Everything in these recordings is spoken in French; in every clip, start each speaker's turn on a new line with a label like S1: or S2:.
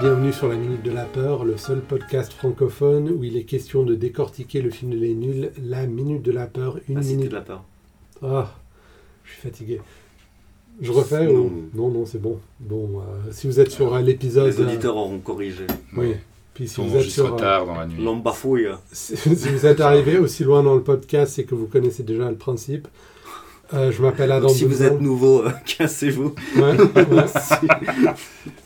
S1: bienvenue sur la Minute de la Peur, le seul podcast francophone où il est question de décortiquer le film de Les Nuls, la Minute de la Peur, une
S2: Ah, c'était
S1: minute.
S2: de la peur.
S1: Ah, je suis fatigué. Je refais
S2: Non.
S1: ou- Non, non, c'est bon. Bon, euh, si vous êtes sur euh, l'épisode.
S2: Les auditeurs auront corrigé.
S1: euh, oui. Puis si
S3: on
S1: vous êtes
S3: enregistre
S1: sur. euh,
S3: tard dans la nuit.
S2: L'homme bafouille.
S1: si si vous êtes arrivé aussi loin dans le podcast, c'est que vous connaissez déjà le principe. Euh, je m'appelle Adam
S2: Donc, si vous
S1: Boublon.
S2: êtes nouveau, euh, cassez-vous.
S1: Ouais, ouais.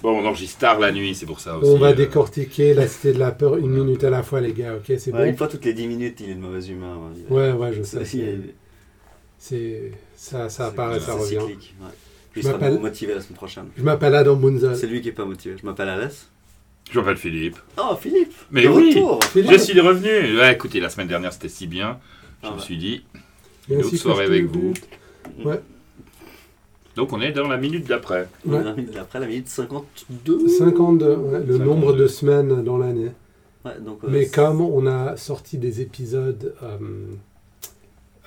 S3: Bon, on enregistre tard la nuit, c'est pour ça aussi.
S1: On va
S3: euh,
S1: décortiquer la cité de la peur une minute à la fois, les gars, ok C'est
S2: Ouais, Une fois toutes les 10 minutes, il est de mauvaise humeur. ouais. Il-
S1: bon Ouais, ouais, je sais.
S2: Ça, il-
S1: c'est- C'est ça, ça apparaît,
S2: c'est-
S1: ça
S2: c'est
S1: revient.
S2: cyclique, ouais.
S1: Je
S2: Il sera
S1: m'appelle-
S2: motivé la semaine prochaine.
S1: Je m'appelle Adam Bunzel.
S2: C'est lui qui est pas motivé. Je m'appelle Alès.
S3: Je m'appelle Philippe.
S2: Oh, Philippe
S3: Mais
S2: de
S3: oui.
S2: retour.
S1: Philippe.
S3: Je suis revenu. Ouais, écoutez, la semaine dernière c'était si bien. Je
S2: Ah,
S3: me
S2: ouais.
S3: suis dit.
S1: Et
S3: une
S1: ainsi
S3: autre soirée
S1: que je
S3: avec
S1: te
S3: vous.
S1: bute. Ouais.
S3: Donc on est dans la minute d'après.
S2: On est
S1: Ouais.
S2: dans la minute- Après la minute 52.
S1: 52, ouais, le
S3: 52.
S1: nombre de semaines dans l'année.
S2: Ouais, donc, euh,
S1: Mais
S2: c'est-
S1: comme on a sorti des épisodes euh,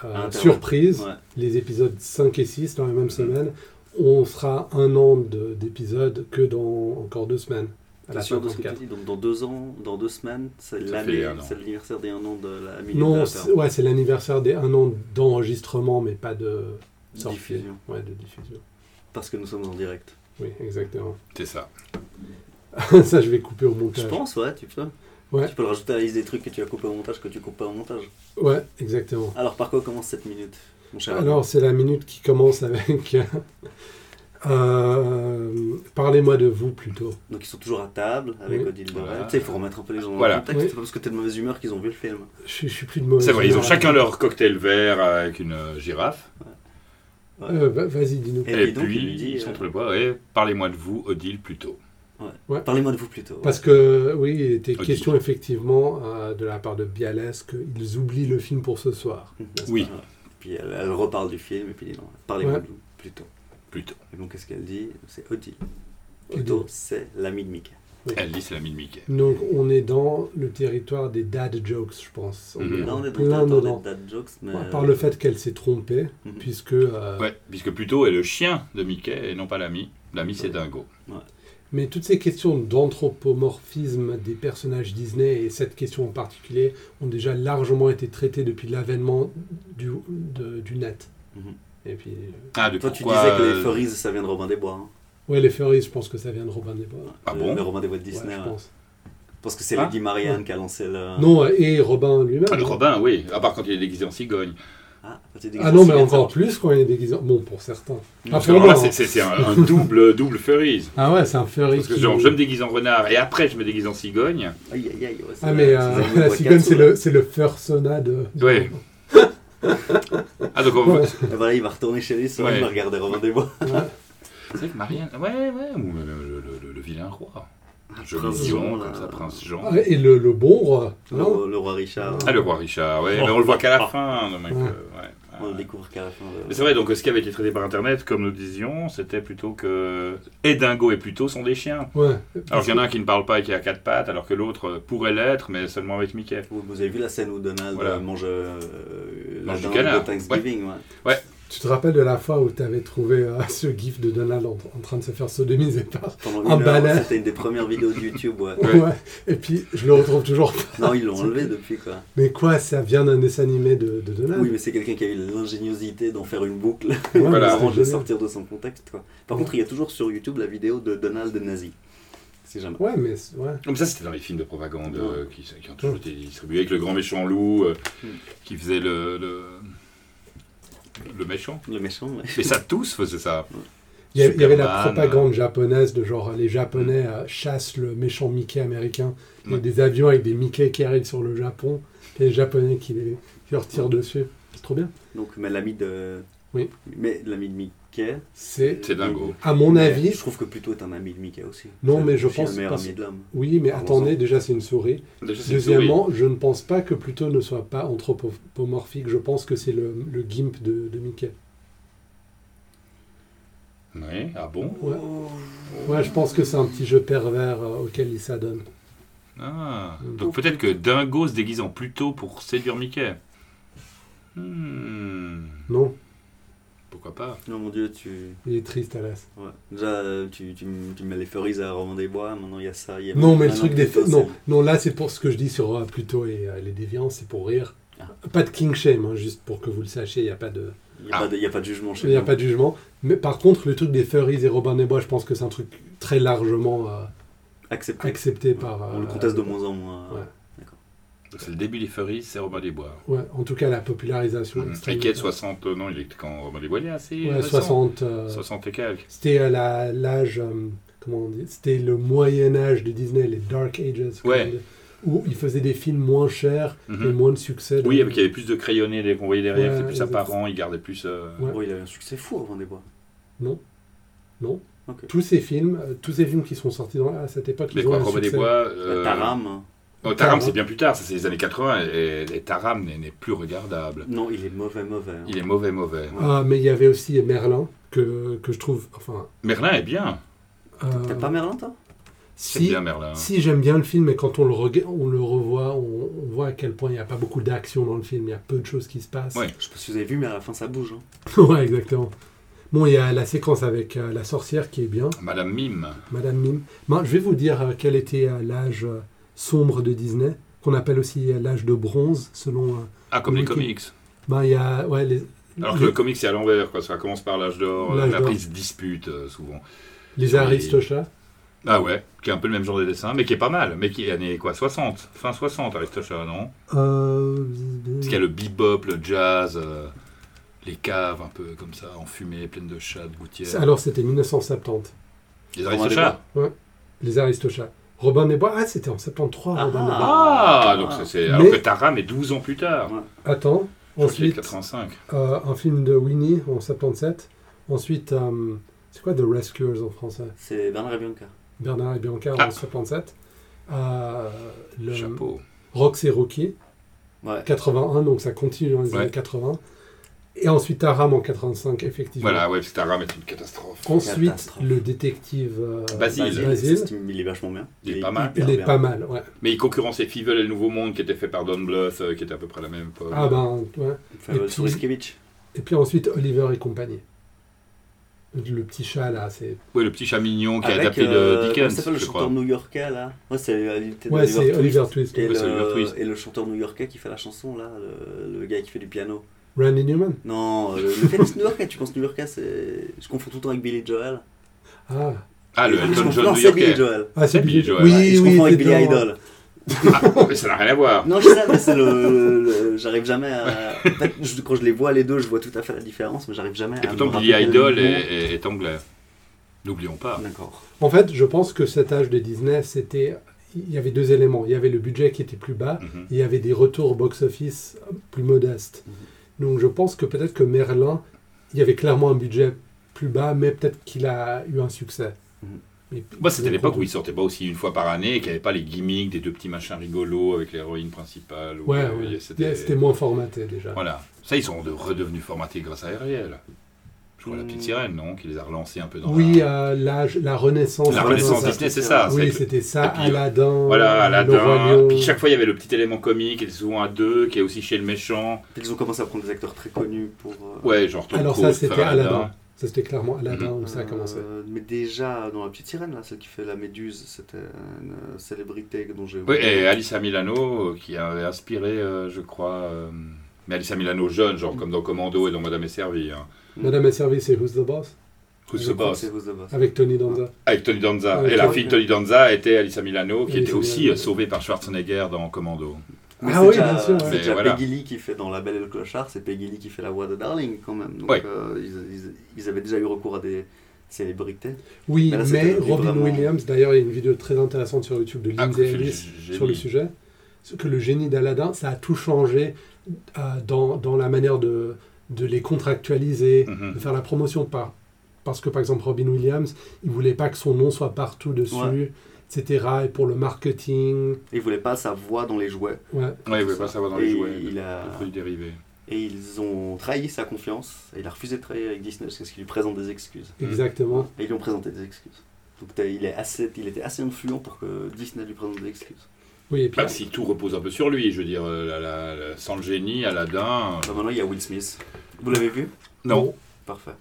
S1: euh,
S2: Ah, t'as-
S1: surprises,
S2: Ouais. Mhm.
S1: les épisodes 5 et 6 dans la même semaine, on sera un an de- d'épisodes que dans encore deux semaines. À la
S2: T'es sûr de ce que
S1: 54.
S2: tu dis Donc, dans deux ans, dans deux semaines, c'est
S3: Ça
S2: l'année-
S3: fait un an.
S2: c'est l'anniversaire des un an de la minute de
S1: Non,
S2: la
S1: c'est-
S2: Peur.
S1: ouais, c'est l'anniversaire des un an d'enregistrement, mais pas de sortie.
S2: Diffusion.
S1: Ouais, de diffusion.
S2: Parce que nous sommes en direct.
S1: Oui, exactement.
S3: C'est ça.
S1: ça, je vais couper au montage.
S2: Je pense, ouais, tu peux.
S1: Ouais.
S2: Tu peux le rajouter à la liste des trucs que tu as coupé au montage, que tu coupes pas au montage.
S1: Ouais, exactement.
S2: Alors, par quoi commence cette minute, mon cher
S1: Alors, c'est la minute qui commence avec. euh, euh, Parlez-moi de vous plutôt.
S2: Donc, ils sont toujours à table avec
S1: Oui.
S2: Odile Borel.
S3: Voilà.
S2: Tu sais, il faut remettre un peu les gens dans
S3: Voilà.
S2: le contexte.
S1: Oui.
S2: C'est pas parce que t'es de mauvaise humeur qu'ils ont vu le film.
S1: Je, je suis plus de mauvaise.
S3: C'est vrai, ils ont
S1: humeur.
S3: chacun leur cocktail vert avec une euh, girafe.
S1: Euh, va- Vas-y, dis-nous.
S2: Et
S3: Et,
S2: puis
S3: puis,
S2: donc, il lui dit,
S3: ils
S2: euh,
S3: sont tous les trois. ouais, parlez-moi de vous, Odile, plutôt.
S1: Ouais.
S2: Parlez-moi de vous plutôt.
S1: Parce que, oui, il était
S3: Ok.
S1: question effectivement euh, de la part de Bialès qu'ils oublient le film pour ce soir.
S2: N'est-ce
S3: oui.
S2: pas Ouais. Hum, Puis elle, elle reparle du film et puis dit non, parlez-moi
S1: Ouais.
S2: de vous plutôt.
S3: Plutôt.
S2: Et donc, qu'est-ce qu'elle dit C'est Odile. Plutôt, c'est l'ami de Mickey.
S3: Elle dit, c'est l'ami de Mickey.
S1: Donc, on est dans le territoire des dad jokes, je pense. On
S3: Mhm.
S1: est
S2: Là, on est
S1: plein
S2: dans le
S1: dedans.
S2: temps des dad jokes, mais.
S1: Ouais, Par le fait qu'elle s'est trompée,
S2: Mhm.
S1: puisque. euh,
S3: Ouais, puisque plutôt est le chien de Mickey et non pas l'ami. L'ami, c'est Dingo.
S1: Mais toutes ces questions d'anthropomorphisme des personnages Disney, et cette question en particulier, ont déjà largement été traitées depuis l'avènement du, de- du net.
S2: Mhm.
S1: Et puis, euh,
S3: Ah, de
S2: Toi, tu
S3: pourquoi,
S2: disais que les
S3: euh,
S2: Furries, ça vient de Robin des Bois. hein.
S1: ouais, les Furries, je pense que ça vient de Robin des Bois.
S3: Ah
S2: Le-
S3: bon
S2: Le Robin des Bois de
S1: Ouais,
S2: Disney.
S1: je
S2: ouais.
S1: pense.
S2: Parce que c'est
S3: Ah.
S2: Lady Marianne qui a lancé le.
S1: Non, et Robin lui-même.
S3: Ah, le Robin, oui. À part quand il est déguisé en cigogne.
S2: Ah, t'es
S1: Ah non, mais
S2: dégueulasse.
S1: encore plus quand il est déguisé. en- Bon, pour certains. Ah,
S3: Parce que alors là,
S1: vraiment,
S3: c'est-
S1: hein.
S3: c'est c'est un, un double, double furries.
S1: Ah ouais, c'est un furry.
S3: Parce que
S1: qui-
S3: genre, je me déguise en renard et après, je me déguise en cigogne.
S2: Aïe, aïe, aïe, ouais, c'est
S1: Ah,
S2: vrai,
S1: mais euh,
S2: c'est vrai,
S1: la
S2: ouais,
S1: cigogne,
S2: Katsu,
S1: c'est
S2: là.
S1: le, c'est le fursona de.
S3: Ouais. Ah, donc on
S1: Ouais.
S2: Et voilà, il va retourner chez lui, sinon
S3: Ouais.
S2: il va regarder Robin des Bois.
S1: Ouais.
S3: C'est vrai que Marianne. Ouais, ouais, ou même le, le- le- le vilain roi.
S2: Prince
S3: Je Ah, Prince
S2: Jean,
S3: Jean,
S2: là.
S3: comme ça, Prince Jean.
S1: Ah, et le, le bon roi.
S2: Le,
S1: non
S2: le roi Richard,
S3: Ah, le roi Richard, ouais, mais on le voit qu'à la fin. donc,
S1: Ouais.
S3: euh, ouais. Ah,
S2: on le
S3: ouais.
S2: découvre qu'à la fin.
S3: Mais
S2: De...
S3: c'est vrai, donc ce qui avait été traité par internet, comme nous disions, c'était plutôt que. Et Dingo et Pluto sont des chiens.
S1: Ouais.
S3: Alors qu'il y en a un qui ne parle pas et qui a quatre pattes, alors que l'autre euh, pourrait l'être, mais seulement avec Mickey.
S2: Vous, vous avez vu la scène où Donald
S3: Voilà.
S2: euh, mange euh, la
S3: Mange du
S2: dinde
S3: canard,
S2: de Thanksgiving ouais.
S1: Tu te rappelles de la fois où tu avais trouvé euh, ce gif de Donald en, en train de se faire sodomiser par.
S2: pendant
S1: Un
S2: une heure.
S1: balai.
S2: C'était une des premières vidéos de YouTube. Ouais.
S3: Ouais.
S1: Ouais. Et puis, je le retrouve toujours pas.
S2: non, ils l'ont enlevé depuis quoi.
S1: Mais quoi, ça vient d'un dessin animé de, de Donald
S2: Oui, mais c'est quelqu'un qui a eu l'ingéniosité d'en faire une boucle
S1: Ouais,
S3: voilà,
S1: mais c'est
S2: avant de le
S1: génial.
S2: sortir de son contexte. Quoi. Par
S1: Ouais.
S2: contre, il y a toujours sur YouTube la vidéo de Donald nazi. Si jamais.
S1: Ouais, mais. c'est- Ouais.
S3: Comme ça, c'était dans les films de propagande
S2: Ouais.
S3: euh, qui, qui ont toujours été distribués, avec le grand méchant loup euh,
S2: Hmm.
S3: qui faisait le, le, le méchant.
S2: Le méchant, ouais.
S3: Mais ça, tous faisaient ça.
S1: Il y, a- il y avait la
S3: Superman,
S1: propagande japonaise de genre les Japonais euh, chassent le méchant Mickey américain. Il y a
S3: Ouais.
S1: des avions avec des Mickey qui arrivent sur le Japon. Et les Japonais qui, les, qui leur tirent dessus. C'est trop bien.
S2: Donc, mais l'ami de.
S1: Oui.
S2: Mais l'ami de Mickey.
S1: C'est,
S3: C'est dingo.
S1: à mon
S2: Mais
S1: avis,
S2: Je trouve que plutôt est un ami de Mickey aussi.
S1: Non,
S2: C'est
S1: mais je
S2: aussi
S1: pense
S2: le meilleur
S1: parce-
S2: ami de l'homme.
S1: oui, mais
S2: Parlons-en.
S1: attendez, déjà c'est une souris.
S3: Déjà, c'est une souris.
S1: Deuxièmement, je ne pense pas que Pluto ne soit pas anthropomorphique. Je pense que c'est le, le gimp de, de Mickey.
S3: Oui, ah bon
S1: Ouais.
S2: Oh.
S1: Ouais, je pense que c'est un petit jeu pervers euh, auquel il s'adonne.
S3: Ah.
S1: Mm.
S3: Donc peut-être que Dingo se déguise en Pluto pour séduire Mickey. Hmm.
S1: Non
S3: pourquoi pas
S2: Non, mon dieu, tu.
S1: Il est triste, Alas.
S2: ouais. Déjà, euh, tu, tu, m- tu mets les furries à Roman des Bois, maintenant il y a ça. il Y a
S1: Non, mais le
S2: Ah,
S1: truc des.
S2: plutôt, c'est-
S1: Non, non, là, c'est pour ce que je dis sur euh, Pluto et euh, les déviants, c'est pour rire.
S2: Ah.
S1: Pas de king shame, hein, juste pour que vous le sachiez, il n'y a pas de.
S2: Il n'y a,
S3: Ah.
S2: pas de- il y a pas de jugement chez
S1: Il n'y a
S2: nous.
S1: pas de jugement. Mais par contre, le truc des furries et Robin des Bois, je pense que c'est un truc très largement euh,
S2: Accepté.
S1: accepté par.
S2: On
S1: euh,
S2: le conteste de moins en moins.
S1: ouais.
S3: Donc, C'est le début des furries, c'est Robin des Bois.
S1: Ouais, en tout cas, la popularisation.
S3: Mmh.
S1: extrême.
S3: Riquet 60, euh, non, il est quand Robin des Bois, il est assez.
S1: Ouais,
S3: récent.
S1: 60. euh,
S3: 60 et quelques.
S1: C'était à la- l'âge, euh, comment on dit, c'était le Moyen Âge de Disney, les Dark Ages, comme
S3: Ouais.
S1: on dit, où ils faisaient des films moins chers et
S3: Mhm.
S1: moins de succès.
S3: Oui,
S1: Donc,
S3: avec il y avait plus de crayonnés dès qu'on voyait derrière,
S1: Ouais,
S3: c'était plus
S1: exact.
S3: apparent, il gardait plus. euh,
S1: Ouais.
S2: Oh, il a eu un succès fou, Roman des Bois.
S1: tous ces films, euh, tous ces films qui sont sortis dans- à cette époque,
S3: Mais
S1: ils ont
S3: quoi,
S1: un
S3: Robin des
S1: succès.
S3: Bois. euh,
S2: Taram. hein.
S3: oh, Taram, c'est bien plus tard, ça c'est les années 80, et, et Taram n'est n'est plus regardable.
S2: Non, il est mauvais, mauvais. hein.
S3: Il est mauvais, mauvais.
S1: Ah, mais il y avait aussi Merlin que, que je trouve, enfin.
S3: Merlin est bien.
S2: Ah, T'as
S1: euh,
S2: pas Merlin, toi
S3: C'est
S1: si,
S3: bien Merlin.
S1: si j'aime bien le film, mais quand on le, rega- on le revoit, on, on voit à quel point il n'y a pas beaucoup d'action dans le film, il y a peu de choses qui se passent.
S3: Ouais.
S2: Je sais pas si vous avez vu, mais à la fin, ça bouge. hein.
S1: Ouais, exactement. Bon, il y a la séquence avec euh, la sorcière qui est bien.
S3: Madame Mime.
S1: Madame Mime. Ben, je vais vous dire euh, quel était euh, l'âge euh, sombre de Disney, qu'on appelle aussi euh, l'âge de bronze, selon. euh,
S3: Ah, comme les
S1: Ok.
S3: comics.
S1: ben, il y a. Ouais, les,
S3: Alors que
S1: les,
S3: le comics c'est à l'envers, quoi. Ça commence par l'âge d'or,
S1: L'âge
S3: euh, après
S1: d'or.
S3: ils se disputent euh, souvent.
S1: les Aristochats.
S3: Ah ouais, qui est un peu le même genre de dessin, mais qui est pas mal, mais qui est année quoi, 60, fin 60 Aristochat, non
S1: Euh,
S3: Parce qu'il y a le bebop, le jazz, euh, les caves un peu comme ça, en fumée, pleine de chats, de gouttières.
S1: Euh, Alors, c'était 1970.
S3: Les
S2: Robin
S3: Aristochats
S1: Les Aristochats. Robin des Bois. Ah, c'était en 73,
S2: Ah,
S1: Robin des Bois.
S3: Ah,
S2: Ah.
S3: donc ça, c'est. Alors
S1: Mais-
S3: que Taram est 12 ans plus tard.
S2: Ouais.
S1: Attends.
S3: Je crois qu'il est de
S1: Ensuite,
S3: 85.
S1: euh, un film de Winnie en 77. Ensuite, euh, c'est quoi The Rescuers en français
S2: C'est Bernard et Bianca.
S1: Bernard et Bianca en
S3: Ah.
S1: 77. Euh, le
S3: Chapeau.
S1: Rox et Rocky.
S2: Ouais.
S1: 81, donc ça continue dans les
S3: Ouais.
S1: années 80. Et ensuite Taram en 85, effectivement.
S3: Voilà, ouais, parce que Taram est une catastrophe.
S1: Ensuite,
S2: Catastrophe.
S1: le détective euh,
S3: Basile.
S1: Basile,
S2: Basile, c'est- Il est vachement bien.
S3: Il est pas mal.
S1: il
S2: hyper
S1: est
S2: bien.
S1: pas mal. Ouais.
S3: Mais il concurrençait Fievel et le Nouveau Monde, qui était fait par Don Bluth, euh, qui était à peu près la même époque.
S1: Ah ben, ouais.
S2: Enfin,
S1: Et
S2: euh,
S1: puis-
S2: Suriskiewicz.
S1: Et puis ensuite, Oliver et compagnie. Le petit chat, là, c'est...
S3: Oui, le petit chat mignon qui est
S2: Avec,
S3: adapté
S2: euh,
S3: de
S2: comment il
S3: Dickens,
S2: s'appelle le
S3: je
S2: chanteur
S3: crois.
S2: new-yorkais là Ouais, c'est euh, il était dans
S1: Ouais, c'est
S2: Twist.
S1: Oliver Twist.
S2: Et
S3: Ouais, c'est Oliver Twist.
S2: le, et le chanteur new-yorkais qui fait la chanson là, le, le gars qui fait du piano.
S1: Randy Newman.
S2: Non, euh, le, le pianiste new-yorkais, tu penses new-yorkais, c'est. Je confonds tout le temps avec Billy Joel.
S1: Ah,
S3: Ah, le
S2: Et je
S3: Elton
S2: confonds-
S3: John
S2: Non,
S3: New
S2: c'est Billy
S3: Yorkais.
S2: Joel.
S1: ah c'est
S3: Billy
S1: Billy
S3: Joel.
S1: Oui,
S2: Et je
S1: oui,
S2: confonds avec
S1: c'est
S2: Billy
S1: dans-
S2: Idol.
S3: Ah, mais ça n'a rien à voir.
S2: Non, je sais, mais c'est le. le- le- j'arrive jamais à. En fait, je- quand je les vois les deux, je vois tout à fait la différence, mais j'arrive
S1: Ah,
S2: jamais à.
S3: Et pourtant,
S2: me
S3: Billy
S2: rappeler le
S3: Idol
S2: nom.
S3: est, est- est anglais. N'oublions pas.
S2: D'accord.
S1: En fait, je pense que cet âge de Disney, c'était... Il y avait deux éléments. Il y avait le budget qui était plus bas,
S3: Mhm.
S1: il y avait des retours au box-office plus modestes.
S2: Mhm.
S1: Donc je pense que peut-être que Merlin, il y avait clairement un budget plus bas, mais peut-être qu'il a eu un succès.
S2: Mhm.
S1: Mais-
S3: Moi, Bah, c'était
S1: donc,
S3: l'époque
S1: on-
S3: où il sortait pas aussi une fois par année et qu'il n'y avait pas les gimmicks des deux petits machins rigolos avec l'héroïne principale. ou-
S1: Ouais,
S3: euh,
S1: ouais.
S3: c'était-
S1: c'était moins formaté déjà.
S3: Voilà. Ça, ils sont de- redevenus formatés grâce à Ariel. Je crois la petite
S2: Mm.
S3: sirène, non Qui les a relancés un peu dans
S1: Oui,
S3: la...
S1: euh, l'âge, la Renaissance.
S3: la
S2: la
S3: renaissance
S2: Renaissance,
S3: Disney, c'est
S2: c'est
S3: ça.
S2: ça.
S1: Oui,
S3: c'est-
S1: c'était ça,
S3: et puis,
S1: Aladdin.
S3: Voilà,
S1: Le Roi
S3: Aladdin.
S1: Lion.
S3: Puis chaque fois, il y avait le petit élément comique, qui était souvent à deux, qui est aussi chez le méchant.
S2: Puis ils ont commencé à prendre des acteurs très connus pour. euh,
S3: Ouais, genre Tom
S1: Alors ça,
S3: Cruise,
S1: c'était
S3: Farah
S1: Aladdin. Ça, c'était clairement Aladdin
S3: Mhm.
S1: où ça a
S2: Euh,
S1: commencé.
S2: mais déjà, dans La Petite Sirène, là, celle qui fait la méduse, c'était une euh, célébrité dont j'ai
S3: Oui,
S2: oublié.
S3: et Alissa Milano, euh, qui avait inspiré, euh, je crois. euh, mais Alissa Milano jeune, genre comme dans Commando et dans Madame est servie. Hein.
S1: Madame est servie, c'est Who's the Boss
S3: Who's the
S2: Je crois que
S3: Boss
S2: c'est Who's the Boss.
S1: Avec Tony
S2: Ah.
S1: Danza.
S3: Avec Tony Danza.
S1: Ouais,
S3: et la
S2: ouais.
S3: fille de Tony Danza était Alissa Milano, qui
S1: Oui,
S3: était
S1: c'est
S3: aussi
S1: bien.
S3: euh, sauvée par Schwarzenegger dans Commando.
S2: Mais
S1: Ah oui,
S2: c'est déjà-
S1: bien sûr, ouais.
S2: C'est
S3: Mais
S2: déjà
S3: voilà.
S2: Peggy Lee qui fait dans La Belle et le Clochard, c'est Peggy Lee qui fait la voix de Darling quand même. Donc
S3: Ouais.
S2: euh, ils, ils- ils avaient déjà eu recours à des célébrités.
S1: Oui,
S2: Mais là, c'était
S1: mais
S2: devenu
S1: Robin
S2: vraiment-
S1: Williams, d'ailleurs, il y a une vidéo très intéressante sur YouTube de
S3: Ah,
S1: Lindsay
S3: c'est le
S1: Ellis
S3: génie.
S1: sur le sujet, ce que le génie d'Aladin, ça a tout changé euh, dans, dans la manière de, de les contractualiser,
S3: Mhm.
S1: de faire la promotion. Par, parce que, par exemple, Robin Williams, il voulait pas que son nom soit partout dessus,
S2: Ouais.
S1: etc. Et pour le marketing.
S2: Ils voulaient pas sa voix dans les jouets.
S1: Ouais.
S3: Ouais, il voulait pas savoir dans les
S2: Et
S3: jouets.
S2: il
S3: Il
S2: a-
S3: a... produits dérivés.
S2: Et ils ont trahi sa confiance. Et il a refusé de travailler avec Disney parce qu'ils lui présentent des excuses.
S1: Exactement.
S2: Et ils lui ont présenté des excuses. Donc t'as- il, est assez, il était assez influent pour que Disney lui présente des excuses.
S1: Oui, et puis,
S2: Ah,
S3: Même si tout repose un peu sur lui, je veux dire, euh, la- la- la- sans le génie, Aladdin. euh,
S2: Bah, maintenant il y a Will Smith. Vous l'avez vu
S3: Non.
S2: Parfait.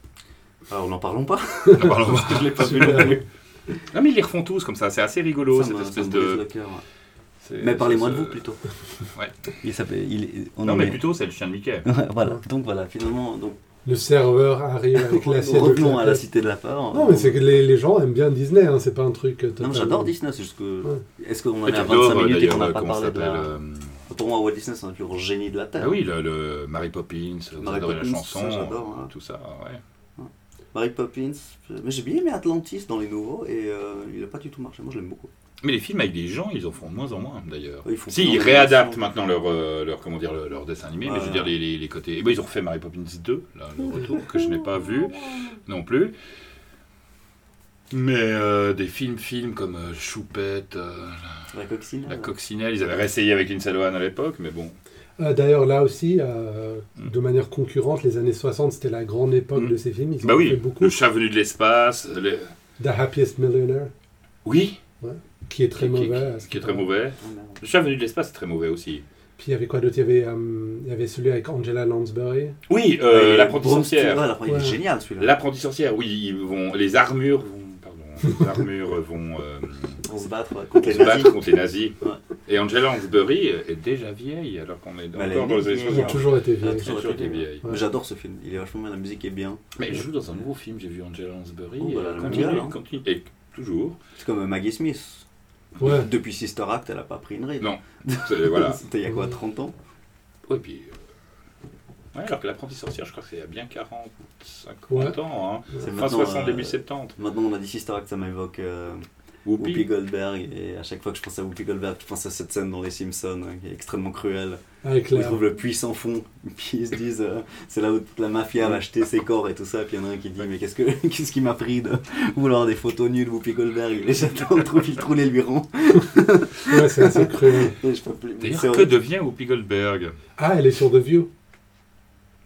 S2: Alors, n'en parlons pas.
S3: Non, pardon.
S2: Je l'ai pas vu
S1: Super.
S2: non plus.
S3: euh, Non, mais ils les refont tous comme ça, c'est assez rigolo,
S2: Ça
S3: cette
S2: me- ça
S3: espèce
S2: me brise le
S3: de.
S2: cœur, ouais.
S3: c'est-
S2: Mais parlez-moi
S3: c'est-
S2: de vous plutôt.
S3: Ouais.
S2: Il s'appelle. il- on
S3: Non,
S2: en
S3: mais
S2: est-
S3: plutôt, c'est le chien de Mickey.
S2: voilà. Donc voilà, finalement, donc,
S1: Le serveur arrive avec l'assiette de
S2: revenons à la
S1: claquettes.
S2: cité de la peur.
S1: Non, mais c'est que les, les gens aiment bien Disney, hein, c'est pas un truc. euh,
S2: Non, mais
S1: totalement-
S2: j'adore Disney, c'est juste que.
S1: Ouais.
S2: Est-ce qu'on en
S3: Ouais,
S2: est à
S3: tu dors,
S2: 25 minutes et qu'on
S3: d'ailleurs,
S2: n'a pas
S3: comment ça
S2: parlé de la.
S3: s'appelle, euh,
S2: Pour moi, Walt Disney, c'est un plus gros génie de la Terre.
S3: Ah oui, le, le Mary Poppins, vous
S2: Mary
S3: adorez la
S2: Poppins,
S3: chanson,
S2: ça, j'adore, hein.
S3: tout ça, ouais.
S2: Mary Poppins, euh, mais j'ai bien aimé Atlantis dans les nouveaux et euh, il n'a pas du tout marché. Moi, je l'aime beaucoup.
S3: Mais les films avec des gens, ils en font de moins en moins d'ailleurs.
S2: Ils font
S3: Si,
S2: plus
S3: ils
S2: dans
S3: réadaptent
S2: l'animation.
S3: maintenant leur, euh, leur, comment dire, leur, leur dessin animé, mais je veux
S2: Voilà.
S3: dire les, les, les côtés. Eh ben, ils ont refait Mary Poppins 2, là, le retour, que je n'ai pas vu non plus. Mais euh, des films, films comme euh, Choupette, euh,
S2: La euh, coccinelle.
S3: La Coccinelle, ils avaient réessayé avec Lindsay Lohan à l'époque, mais bon.
S1: Euh, D'ailleurs, là aussi, euh,
S3: Mm.
S1: de manière concurrente, les années 60, c'était la grande époque
S3: Mm.
S1: de ces films. Ils en
S3: Bah
S1: ont
S3: oui,
S1: fait beaucoup.
S3: Le Chat venu de l'espace, les-
S1: The Happiest Millionaire,
S3: oui,
S1: qui est très
S3: qui- qui-
S1: mauvais. à
S3: qui,
S1: ce
S3: est
S1: moment.
S3: très mauvais.
S2: Ah, merde.
S3: Le Chat venu de l'espace, c'est très mauvais aussi.
S1: Puis il y avait quoi d'autre il, y avait, euh, il y avait celui avec Angela Lansbury.
S3: Oui, euh,
S2: Et
S3: l'apprenti
S2: Brom-
S3: sorcière.
S2: Ouais, l'apprenti- Il
S1: Ouais.
S2: est génial celui-là.
S3: L'apprenti sorcière, oui, ils vont, les armures vont, pardon, les armures vont euh,
S2: On se bat ouais, contre les
S3: se
S2: nazis.
S3: battre contre les nazis.
S2: Ouais.
S3: Et Angela Lansbury est déjà vieille, alors qu'on
S2: Mais
S3: est
S2: Bah, elle
S3: encore
S2: est
S3: dans les années
S2: vieille. hein.
S1: Ils ont
S3: 60.
S1: toujours été
S2: Elle a
S1: vieilles.
S2: toujours
S3: toujours
S2: été
S3: été
S2: bien.
S3: vieille.
S1: Ouais.
S2: Mais J'adore ce film. Il est vachement bien. La musique est bien.
S3: Mais elle joue dans un nouveau film, j'ai vu Angela Lansbury.
S2: Oh, bah,
S3: elle
S2: elle a
S3: continue,
S2: bien, hein.
S3: continue. Et toujours.
S2: C'est comme euh, Maggie Smith.
S3: Ah,
S1: Ouais.
S2: Depuis Sister Act, elle n'a pas pris une ride.
S3: Non, C'est- euh, voilà.
S2: C'était il y a quoi, 30 ans
S3: Ouais, puis, euh, ouais, alors que l'apprenti sorcière, je crois que c'est il y a bien 40, 50
S1: Ouais.
S3: ans. Hein.
S2: C'est
S3: Fin
S2: maintenant,
S3: 60,
S2: euh,
S3: début 70.
S2: Maintenant, on a dit Sister Act, ça m'évoque euh,
S3: Whoopi.
S2: Whoopi Goldberg. Et à chaque fois que je pense à Whoopi Goldberg, je pense à cette scène dans Les Simpsons, hein, qui est extrêmement cruelle.
S1: Avec
S2: Ils
S1: la...
S2: trouvent le puits sans fond, puis ils se disent, euh, c'est là où toute la mafia va acheter ses corps et tout ça, puis il y en a un qui dit, mais qu'est-ce que qu'est-ce qui m'a pris de vouloir des photos nues de Whoopi Goldberg Il les jette dans le trou, puis le trou les lui rend.
S1: Ouais, c'est assez cruel.
S2: Et je peux plus-
S3: D'ailleurs,
S2: c'est
S3: que
S2: horrible.
S3: devient Whoopi Goldberg
S1: Ah, elle est sur The View.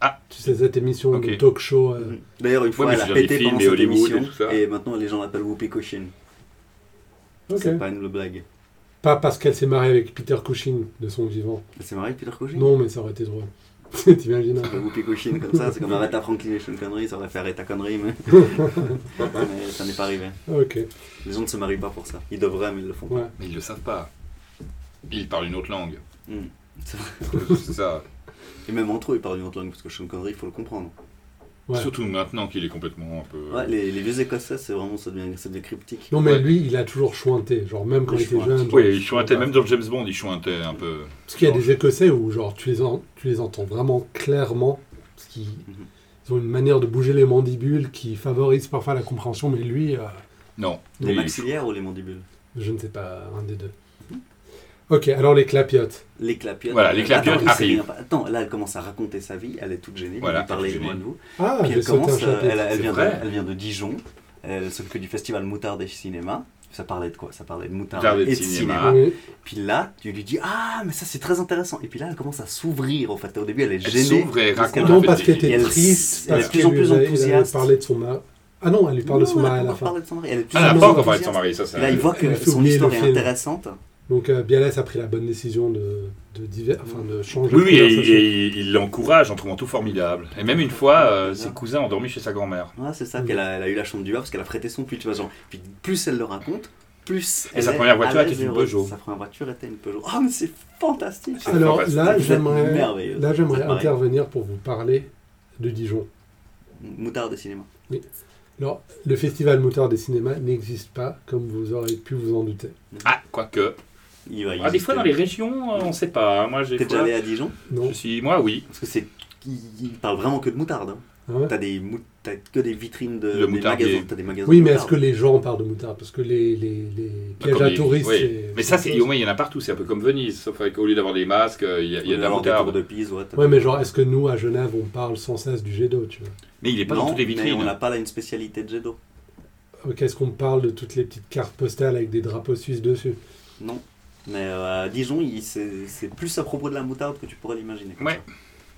S3: Ah.
S1: Tu sais, cette émission
S3: Ok. Mhm.
S1: de talk show. euh,
S2: D'ailleurs, une fois,
S3: mais
S2: elle a
S3: sur les
S2: pété
S3: films
S2: pendant
S3: et
S2: cette
S3: Hollywood et
S2: émission,
S3: tout ça.
S2: et maintenant les gens l'appellent Whoopi Cushion.
S1: ok.
S2: C'est pas une blague.
S1: Pas parce qu'elle s'est mariée avec Peter Cushing de son vivant.
S2: Elle s'est mariée avec Peter Cushing
S1: Non, mais ça aurait été drôle. T'imagines un
S2: Après,
S1: peu.
S2: Whoopi Cushion comme ça, c'est comme arrête ta Franklin et Sean Connery, ça aurait fait arrête ta connerie, mais, mais ça n'est pas arrivé.
S1: Ok,
S2: Les gens ne se marient pas pour ça. Ils devraient, mais ils le font pas.
S1: ouais.
S3: Mais ils le savent pas. Ils parlent une autre langue.
S2: Hmm. C'est vrai.
S3: C'est ça.
S2: Et même entre eux, ils parlent une autre langue, parce que Sean Connery, il faut le comprendre.
S1: Ouais.
S3: Surtout maintenant qu'il est complètement un peu.
S2: Ouais, les, les vieux écossais, c'est vraiment, ça devient, ça devient cryptique.
S1: Non, mais
S3: Ouais.
S1: lui, il a toujours chointé. Genre, même quand
S2: Il
S1: il était
S2: chointe.
S1: jeune. genre,
S3: Oui, il chouintait,
S1: ouais.
S3: même dans James Bond, il chouintait un peu.
S1: Parce qu'il y a des Écossais où, genre, tu les, en- tu les entends vraiment clairement. Parce qu'ils
S2: Mhm.
S1: ils ont une manière de bouger les mandibules qui favorise parfois la compréhension, mais lui, euh,
S3: Non.
S2: Les
S3: Oui,
S2: maxillaires ou les mandibules
S1: je ne sais pas, un des deux. Ok, alors les clapiotes.
S2: Les clapiotes.
S3: Voilà, les clapiotes
S2: Attends, il s'est
S3: arrivent.
S2: rien pas- Attends, là, elle commence à raconter sa vie, elle est toute gênée,
S3: Voilà,
S2: elle parlait
S3: toute
S2: loin de
S3: gênée.
S2: vous.
S1: Ah,
S2: Puis
S1: j'ai
S2: elle
S1: sauté un
S2: commence, euh,
S1: chapitre.
S2: elle, elle
S3: c'est
S2: vient de,
S3: vrai.
S2: elle vient de Dijon, elle s'occupe du festival Moutarde et Cinéma. Ça parlait de quoi Ça parlait de moutarde,
S3: Moutarde et
S2: et
S3: de
S2: de
S3: cinéma.
S2: cinéma.
S1: Oui.
S2: Puis là, tu lui dis Ah, mais ça c'est très intéressant. Et puis là, elle commence à s'ouvrir. En fait, au début, elle est
S3: Elle
S2: gênée.
S3: s'ouvre et
S2: parce qu'elle-
S3: raconte.
S1: Non,
S3: fait,
S1: parce qu'elle
S2: et
S1: était
S2: elle-
S1: triste.
S2: elle est de
S1: parce
S2: plus
S1: qu'elle
S2: en
S1: lui
S2: plus
S1: avait-
S2: enthousiaste.
S1: Elle parlait de son mari. Ah non, elle lui parle de son
S2: Non, elle a
S1: mari à la
S2: pas
S1: fin.
S2: parlé de son mari. Elle est
S3: Ah, elle
S1: Ah,
S3: n'a
S1: non,
S3: pas
S1: non,
S3: encore parlé de
S2: enthousiaste.
S3: son mari, ça, ça.
S2: Et Là, il voit
S1: Elle
S2: que
S1: a fait
S2: son
S1: oublier le
S2: histoire est
S1: film.
S2: intéressante.
S1: Donc euh, Bialès a pris la bonne décision de, de, diver- enfin, de changer
S3: Oui, oui,
S1: de
S2: hein,
S3: et,
S1: conversation.
S3: et il l'encourage en trouvant tout formidable. Et même une fois, euh, ses cousins ont dormi chez sa grand-mère.
S2: Ouais, c'est ça,
S1: Mm.
S2: qu'elle a, elle a eu la chambre du Havre parce qu'elle a prêté son pull, tu vois, genre. Puis plus elle le raconte, plus.
S3: Et
S2: elle
S3: sa
S2: est
S3: première voiture
S2: à l'aise
S3: était une
S2: et
S3: Peugeot.
S2: heureuse. Sa première voiture était une Peugeot. Oh, mais c'est fantastique!
S3: C'est
S1: Alors
S3: fantastique.
S1: là,
S2: Vous êtes
S1: j'aimerais,
S2: merveilleux.
S1: là, j'aimerais
S2: C'est pareil.
S1: intervenir pour vous parler de Dijon.
S2: Moutarde de cinéma.
S1: Alors, le festival moutard des cinémas n'existe pas, comme vous aurez pu vous en douter.
S3: Ah, quoique.
S2: Il va y
S3: Ah, des
S2: visiter.
S3: fois, dans les régions, euh, on ne sait pas. hein. Moi, j'ai.
S2: T'es déjà
S3: fois-
S2: allé à Dijon?
S1: Non
S3: Je suis. Moi, oui.
S2: Parce que c'est. Ils ils parlent vraiment que de moutarde. hein.
S3: Ah
S1: hein
S2: T'as des mou- t'as que des vitrines de des
S3: Le moutardier.
S2: magasins. T'as des magasins.
S1: Oui,
S2: de
S1: mais est-ce
S2: moutarde.
S1: que les gens parlent de moutard Parce que les, les, les pièges
S3: Bah, Comme
S1: à
S3: les-
S1: touristes.
S3: oui.
S1: c'est-
S3: Mais ça, c'est au moins, il y en a partout. C'est un peu comme Venise. Sauf qu'au lieu d'avoir des masques, euh, il y a, il y a de la
S2: Alors, des tours
S3: moutarde.
S2: de Pise, ouais. t'as-
S1: Ouais, mais genre, est-ce que nous, à Genève, on parle sans cesse du jet d'eau tu vois
S3: Mais il n'est pas
S2: non,
S3: dans toutes les
S2: mais on n'a
S3: vitrines.
S2: pas là une spécialité de jet d'eau.
S1: Ok, est-ce qu'on parle de toutes les petites cartes postales avec des drapeaux suisses dessus
S2: Non. Mais euh, à Dijon, il- c'est c'est plus à propos de la moutarde que tu pourrais l'imaginer. comme
S3: Ouais.
S2: ça.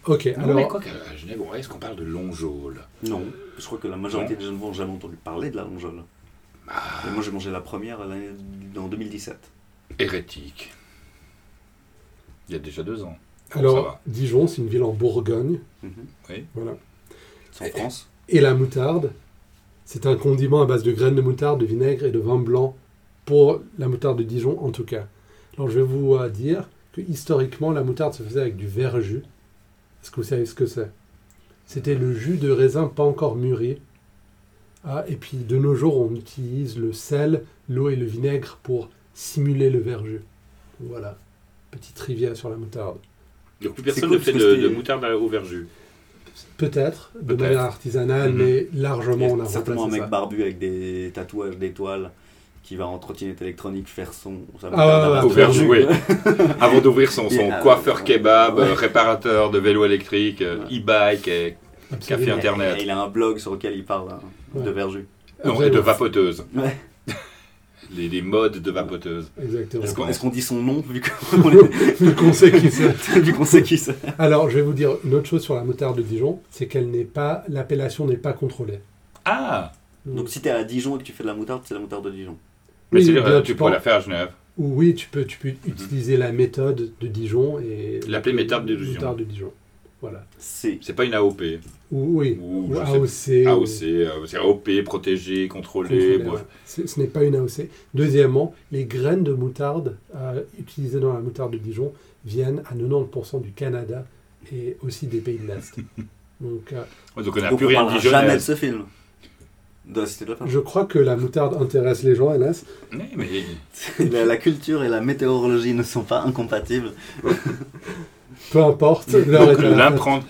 S1: Ok,
S3: Non, mais
S1: alors.
S3: quoi qu'à Genève, on- est-ce qu'on parle de Longeaule
S2: Non, je crois que la majorité des jeunes n'ont jamais entendu parler de la longeole.
S3: Ah.
S2: Et moi j'ai mangé la première euh, l'année en 2017.
S3: Hérétique. Il y a déjà deux ans. Bon, ça
S1: Alors,
S3: va.
S1: Dijon, c'est une ville en Bourgogne.
S2: Mhm.
S3: Oui.
S1: Voilà.
S2: C'est en France
S1: et la moutarde. C'est un condiment à base de graines de moutarde, de vinaigre et de vin blanc pour la moutarde de Dijon en tout cas. Alors je vais vous euh, dire que historiquement la moutarde se faisait avec du verjus. Est-ce que vous savez ce que c'est C'était le jus de raisin pas encore mûri. Ah, et puis de nos jours on utilise le sel, l'eau et le vinaigre pour simuler le verjus. Voilà, petite rivière sur la moutarde.
S3: Donc plus
S2: C'est
S3: personne
S2: cool,
S3: ne fait
S2: parce
S3: de,
S2: que
S3: de
S2: c'est-
S3: moutarde à- au verjus.
S1: Peut-être, de
S3: Peut-être.
S1: manière artisanale,
S3: Mhm.
S1: mais largement on a
S2: certainement un
S1: remplacé
S2: mec
S1: ça.
S2: barbu avec des tatouages d'étoiles qui va en trottinette électronique faire son. sa
S1: Ah
S2: moutarde
S1: ouais,
S2: à
S1: ouais,
S2: la
S1: ouais.
S3: Au verjus,
S2: Berger.
S3: oui. Avant d'ouvrir son, son
S2: Et, euh,
S3: coiffeur kebab,
S2: ouais.
S3: euh, réparateur de vélo électrique, euh, e-bike et
S1: Absolument.
S3: Café Internet.
S2: Et Il a un blog sur lequel il parle hein,
S1: Ouais.
S2: de verjus.
S3: non,
S1: Après,
S3: et de
S1: on-
S3: vapoteuse.
S2: Ouais.
S3: Les, les modes de vapoteuse.
S1: Exactement.
S2: Est-ce
S3: Ouais.
S2: qu'on est-ce qu'on dit son nom vu qu'on est-
S1: Vu qu'on sait qui c'est.
S2: vu qu'on sait qui c'est
S1: Alors, je vais vous dire une autre chose sur la moutarde de Dijon, c'est qu'elle n'est pas, l'appellation n'est pas contrôlée.
S3: Ah
S2: Donc si t'es à Dijon et que tu fais de la moutarde, c'est la moutarde de Dijon.
S3: Mais
S1: Oui,
S3: c'est-
S1: bien,
S3: euh,
S1: tu
S3: tu pourrais
S1: penses-
S3: la faire à Genève.
S1: Ou oui, tu peux, tu peux utiliser la méthode de Dijon et
S3: L'appeler moutarde de Dijon.
S1: moutarde de Dijon. Voilà.
S2: C'est
S3: C'est pas une AOP.
S1: Ou oui.
S3: Ou,
S1: Ou
S3: je
S1: AOC.
S3: sais AOC,
S1: ou-
S3: euh, c'est AOP, protégé, contrôlé,
S1: contrôlée,
S3: bref.
S1: ouais. C'est- Ce n'est pas une AOC. Deuxièmement, les graines de moutarde euh, utilisées dans la moutarde de Dijon viennent à 90% du Canada et aussi des pays de l'Est. Donc, euh,
S3: Ouais, donc on n'a
S2: Donc
S3: plus
S2: on
S3: rien
S2: parlera
S3: de
S2: jamais de
S3: Dijonnaise.
S2: ce film. De la Cité de la Peur.
S1: je crois que la moutarde intéresse les gens, hélas.
S3: Ouais, mais
S2: La, la culture et la météorologie ne sont pas incompatibles.
S1: Peu importe, l'heure
S3: Donc,
S1: est à la fête.
S3: l'imprendre-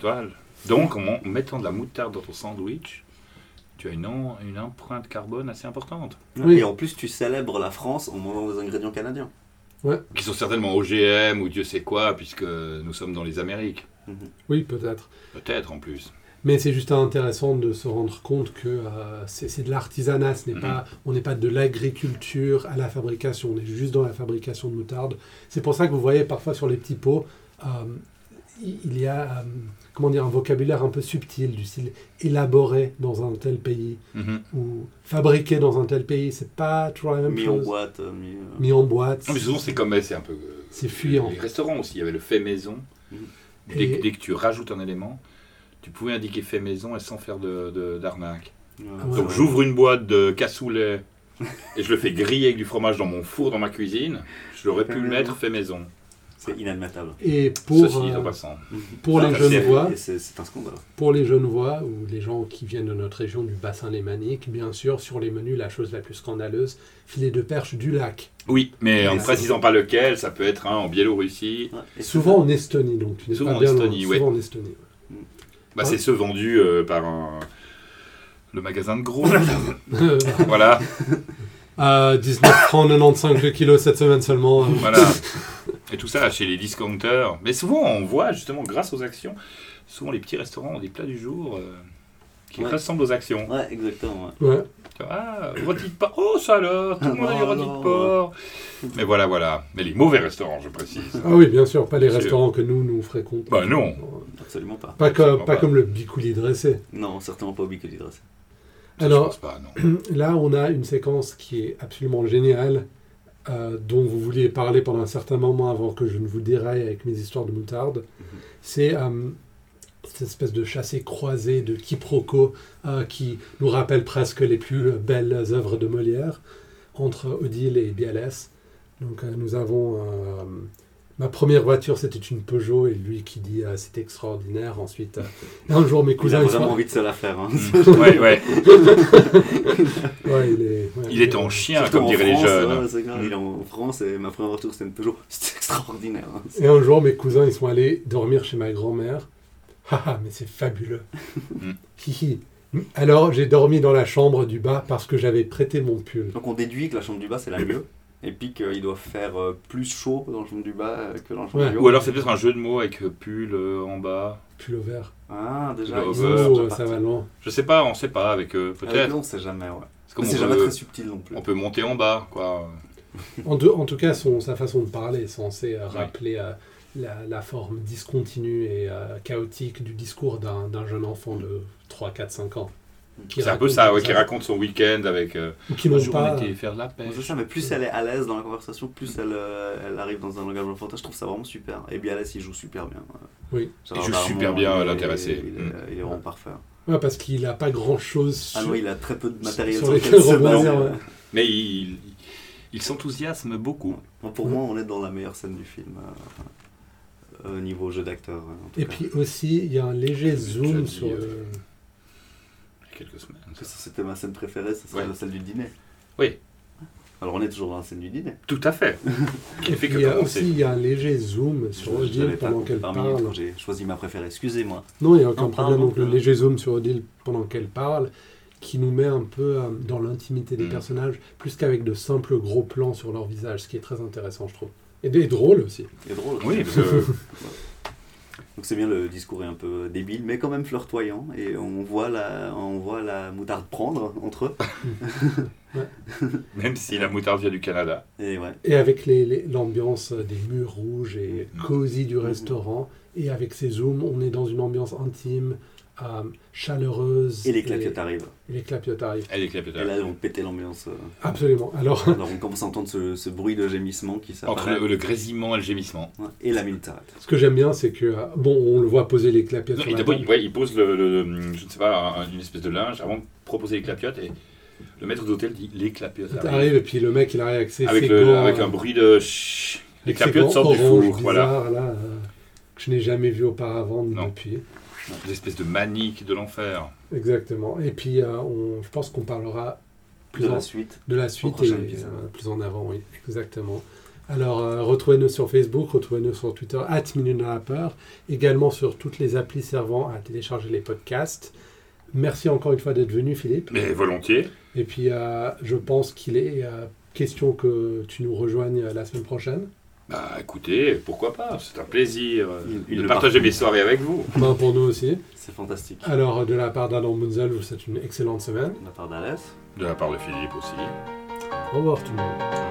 S3: toi, donc, en mettant de la moutarde dans ton sandwich, tu as une, en- une empreinte carbone assez importante.
S1: Oui.
S2: Et en plus, tu célèbres la France en mangeant des ingrédients canadiens.
S3: Qui sont certainement OGM ou Dieu sait quoi, puisque nous sommes dans les Amériques.
S1: Oui, peut-être.
S3: Peut-être en plus.
S1: Mais c'est juste intéressant de se rendre compte que euh, c'est c'est de l'artisanat, ce n'est
S3: Mhm.
S1: pas, on n'est pas de l'agriculture à la fabrication, on est juste dans la fabrication de moutarde. C'est pour ça que vous voyez parfois sur les petits pots, euh, il il y a euh, comment dire, un vocabulaire un peu subtil du style élaboré dans un tel pays
S3: Mhm.
S1: ou fabriqué dans un tel pays, c'est pas toujours la même
S2: Mis en
S1: chose.
S2: boîte, euh, mis, euh,
S1: Mis en boîte,
S3: Non, mais souvent, c'est comme c'est un peu. euh,
S1: c'est fuyant.
S3: Les restaurants aussi, il y avait le fait maison.
S2: Mhm.
S3: Dès, que-
S1: Et-
S3: dès que tu rajoutes un élément, tu pouvais indiquer fait maison et sans faire de- de- d'arnaque.
S2: euh,
S1: Ouais.
S3: Donc, j'ouvre une boîte de cassoulet et je le fais griller avec du fromage dans mon four, dans ma cuisine. Je l'aurais pu
S2: Fait
S3: mettre
S2: maison.
S3: fait maison.
S2: C'est inadmettable.
S1: Et Euh, pour,
S3: Ceci dit
S1: euh,
S3: en passant.
S1: pour
S3: Ça,
S1: les
S3: ça,
S1: jeunes
S3: Bah, c'est-
S1: voix,
S2: Et C'est c'est un scandale.
S1: Pour les Genevois ou les gens qui viennent de notre région du bassin lémanique, bien sûr, sur les menus, la chose la plus scandaleuse, filet de perche du lac.
S3: Oui, mais en
S1: Mais
S3: ne
S1: c'est-
S3: précisant pas lequel, ça peut être un en Biélorussie.
S2: Ouais. Et
S1: Souvent en Estonie, donc tu n'es
S3: Souvent
S1: pas
S3: en
S1: bien loin.
S3: Estonie, ouais.
S1: Souvent en Estonie.
S3: Bah,
S2: Ah
S1: Ouais.
S3: C'est ceux vendus euh, par un- le magasin de gros.
S1: Euh,
S3: voilà,
S1: à 19 Euh, francs 95 le kilo cette semaine seulement. euh,
S3: voilà. Et tout ça chez les discounters. Mais souvent, on voit justement, grâce aux actions, souvent les petits restaurants ont des plats du jour euh, qui
S2: Ouais.
S3: ressemblent aux actions.
S2: Ouais, exactement. ouais.
S1: Ouais.
S3: Tu vois, Ah, rôti de porc. Oh, ça alors, tout le monde a du
S2: Oh,
S3: rôti de
S2: non.
S3: porc. Mais voilà, voilà. Mais les mauvais restaurants, je précise.
S1: Ah oui, bien sûr, pas les
S3: Bien sûr.
S1: restaurants que nous, nous fréquentons.
S3: Bah non.
S2: Absolument pas.
S1: Pas, comme,
S3: Absolument
S1: pas
S3: pas.
S1: comme le bicoulis dressé.
S2: Non, certainement pas Obi que dressé.
S3: Ça, je
S1: Alors,
S3: pense pas, non.
S1: Là, on a une séquence qui est absolument géniale, euh, dont vous vouliez parler pendant un certain moment avant que je ne vous déraille avec mes histoires de moutarde.
S2: Mhm.
S1: C'est euh, cette espèce de chassé croisé de quiproquo euh, qui nous rappelle presque les plus belles œuvres de Molière entre Odile et Bialès. Donc, euh, nous avons. euh, Ma première voiture, c'était une Peugeot, et lui qui dit euh, c'est extraordinaire. Ensuite, euh, un jour, mes
S2: Il
S1: cousins.
S2: a
S1: ils sont-
S2: vraiment envie de se la faire. hein.
S3: ouais, ouais.
S1: Ouais, il est, ouais,
S3: Il est en chien,
S2: Surtout
S3: comme
S2: en
S3: diraient les
S2: France,
S3: jeunes. Mm.
S2: ouais, c'est grave. Il est en France et ma première retour c'était une Peugeot. C'était extraordinaire. hein.
S1: Et un jour, mes cousins, ils sont allés dormir chez ma grand-mère. Haha, mais c'est fabuleux.
S3: Mm.
S1: Hihi. Alors, j'ai dormi dans la chambre du bas parce que j'avais prêté mon pull.
S2: Donc on déduit que la chambre du bas c'est la mieux. Et puis qu'il doit faire euh, plus chaud dans la chambre du bas euh, que dans la chambre
S1: Ouais.
S2: du haut.
S3: Ou alors c'est peut-être un jeu de mots avec euh, pull euh, en bas.
S1: Pull au vert.
S2: Ah, déjà,
S3: Le
S2: ils
S1: Oh,
S2: sont
S3: over.
S2: déjà
S1: ça
S2: partis.
S1: va loin.
S3: Je sais pas, on sait pas avec eux,
S2: Avec
S3: peut-être.
S2: eux, on sait jamais, ouais.
S3: Parce
S2: Mais
S3: qu'on
S2: Ah, C'est
S3: peut-
S2: jamais très subtil non plus.
S3: on peut monter en bas, quoi.
S1: En, deux- en tout cas, son, sa façon de parler est censée euh, rappeler euh, la, la forme discontinue et euh, chaotique du discours d'un d'un jeune enfant de 3, 4, 5 ans. Qui
S3: C'est un peu
S1: raconte
S3: ça,
S1: comme
S3: ouais, qui raconte son week-end avec. euh,
S1: Ou qui
S3: un
S1: n'ont
S3: jour,
S1: pas...
S3: on était faire de la
S1: Ben,
S3: pêche.
S2: Bon, c'est ça, mais plus elle est à l'aise dans la conversation, plus elle, euh, elle arrive dans un langage enfantin. Je trouve ça vraiment super. Et Bialès, il joue super bien.
S1: Oui.
S2: Ça
S3: Il
S2: va
S3: joue
S2: vraiment,
S3: super bien,
S2: il est-
S3: l'intéressé.
S2: Il, est-
S3: Mm.
S2: il est vraiment parfait.
S1: Ouais, parce qu'il n'a pas grand-chose sur,
S2: Ah non, il a très peu de matériel
S1: sur
S2: sur lequel
S1: lesquels
S2: se
S1: rebondir,
S2: baser.
S1: ouais.
S3: Mais il, il s'enthousiasme beaucoup.
S2: Bon,
S1: Mm.
S2: Pour moi, on est dans la meilleure scène du film, euh, euh, niveau jeu d'acteur. euh, en tout
S1: Et
S2: cas.
S1: puis aussi, il y a un léger zoom
S3: Johnny,
S1: sur le...
S3: Il y a quelques semaines.
S2: Parce que ça, c'était ma scène préférée, ça serait
S3: Ouais.
S2: la scène du dîner.
S3: Oui.
S2: Alors on est toujours dans la scène du dîner.
S3: Tout à fait.
S1: Et
S3: Qui fait
S1: puis,
S3: que
S1: il y a
S3: commencer.
S1: aussi, il y a un léger zoom
S2: Je-
S1: sur
S2: je l'avais
S1: Odile
S2: pas
S1: pendant
S2: compris
S1: qu'elle
S2: parmi les
S1: parle.
S2: autres, J'ai choisi ma préférée, excusez-moi.
S1: Non, il n'y a aucun
S2: Non,
S1: problème.
S2: pardon,
S1: Donc, le
S2: euh.
S1: léger zoom sur Odile pendant qu'elle parle, qui nous met un peu euh, dans l'intimité des
S3: Mm.
S1: personnages, plus qu'avec de simples gros plans sur leur visage, ce qui est très intéressant, je trouve. Et, des- drôle aussi.
S2: C'est drôle.
S3: Oui, parce que
S2: Donc c'est bien, le discours est un peu débile, mais quand même flirtoyant. Et on voit la, on voit la moutarde prendre entre eux.
S3: même si la moutarde vient du Canada,
S2: Et ouais.
S1: Et avec les- les- l'ambiance des murs rouges et
S3: Mm.
S1: cosy du
S2: Mhm.
S1: restaurant, et avec ces zooms, on est dans une ambiance intime, euh, chaleureuse.
S2: Et les clapiotes arrivent.
S1: et les clapiotes arrivent.
S3: elle est
S2: Et
S3: clapotable.
S2: là, on pétait l'ambiance. euh.
S1: Absolument. Alors,
S2: Alors on commence à entendre ce, ce bruit de gémissement qui
S3: Entre
S2: s'apparaît.
S3: le, le grésillement et le gémissement.
S2: Ouais, Et la moutarde.
S1: ce que j'aime bien, c'est que, euh, bon, on le voit poser les clapiotes
S3: Non,
S1: sur
S3: il,
S1: la
S3: d'abord,
S1: table.
S3: il, ouais, il pose le, le- le- je ne sais pas, un- une espèce de linge avant de proposer les clapiotes et le maître d'hôtel dit les clapiotes
S1: Il
S3: arrivent.
S1: arrive, et puis le mec, il arrive avec ses,
S3: Avec,
S1: ses
S3: le-
S1: gants,
S3: avec
S1: euh,
S3: un bruit de chut. Les
S1: avec ses
S3: clapiotes
S1: gants
S3: sortent du
S1: orange
S3: four. Voilà.
S1: bizarres, là, euh, que je n'ai jamais vu auparavant ni
S3: Non.
S1: depuis.
S3: Une espèce de manique de l'enfer.
S1: Exactement. Et puis, euh, on- je pense qu'on parlera plus
S2: De
S1: en
S2: la suite.
S1: de la suite et
S2: prochain épisode.
S1: euh, plus en avant, oui, exactement. Alors, euh, retrouvez-nous sur Facebook, retrouvez-nous sur Twitter, at également sur toutes les applis servant à télécharger les podcasts. Merci encore une fois d'être venu, Philippe.
S3: Mais volontiers.
S1: Et puis, euh, je pense qu'il est euh, question que tu nous rejoignes euh, la semaine prochaine.
S3: Bah écoutez, pourquoi pas C'est un plaisir euh,
S2: Il- il
S3: de
S2: le
S3: partager
S2: partage.
S3: mes soirées avec vous.
S1: Ben, pour nous aussi.
S2: C'est fantastique.
S1: Alors, euh, de la part d'Adam Munzel, je vous souhaite une excellente semaine.
S2: De la part d'Alès.
S3: De la part de Philippe aussi.
S1: Au revoir tout le monde.
S3: Au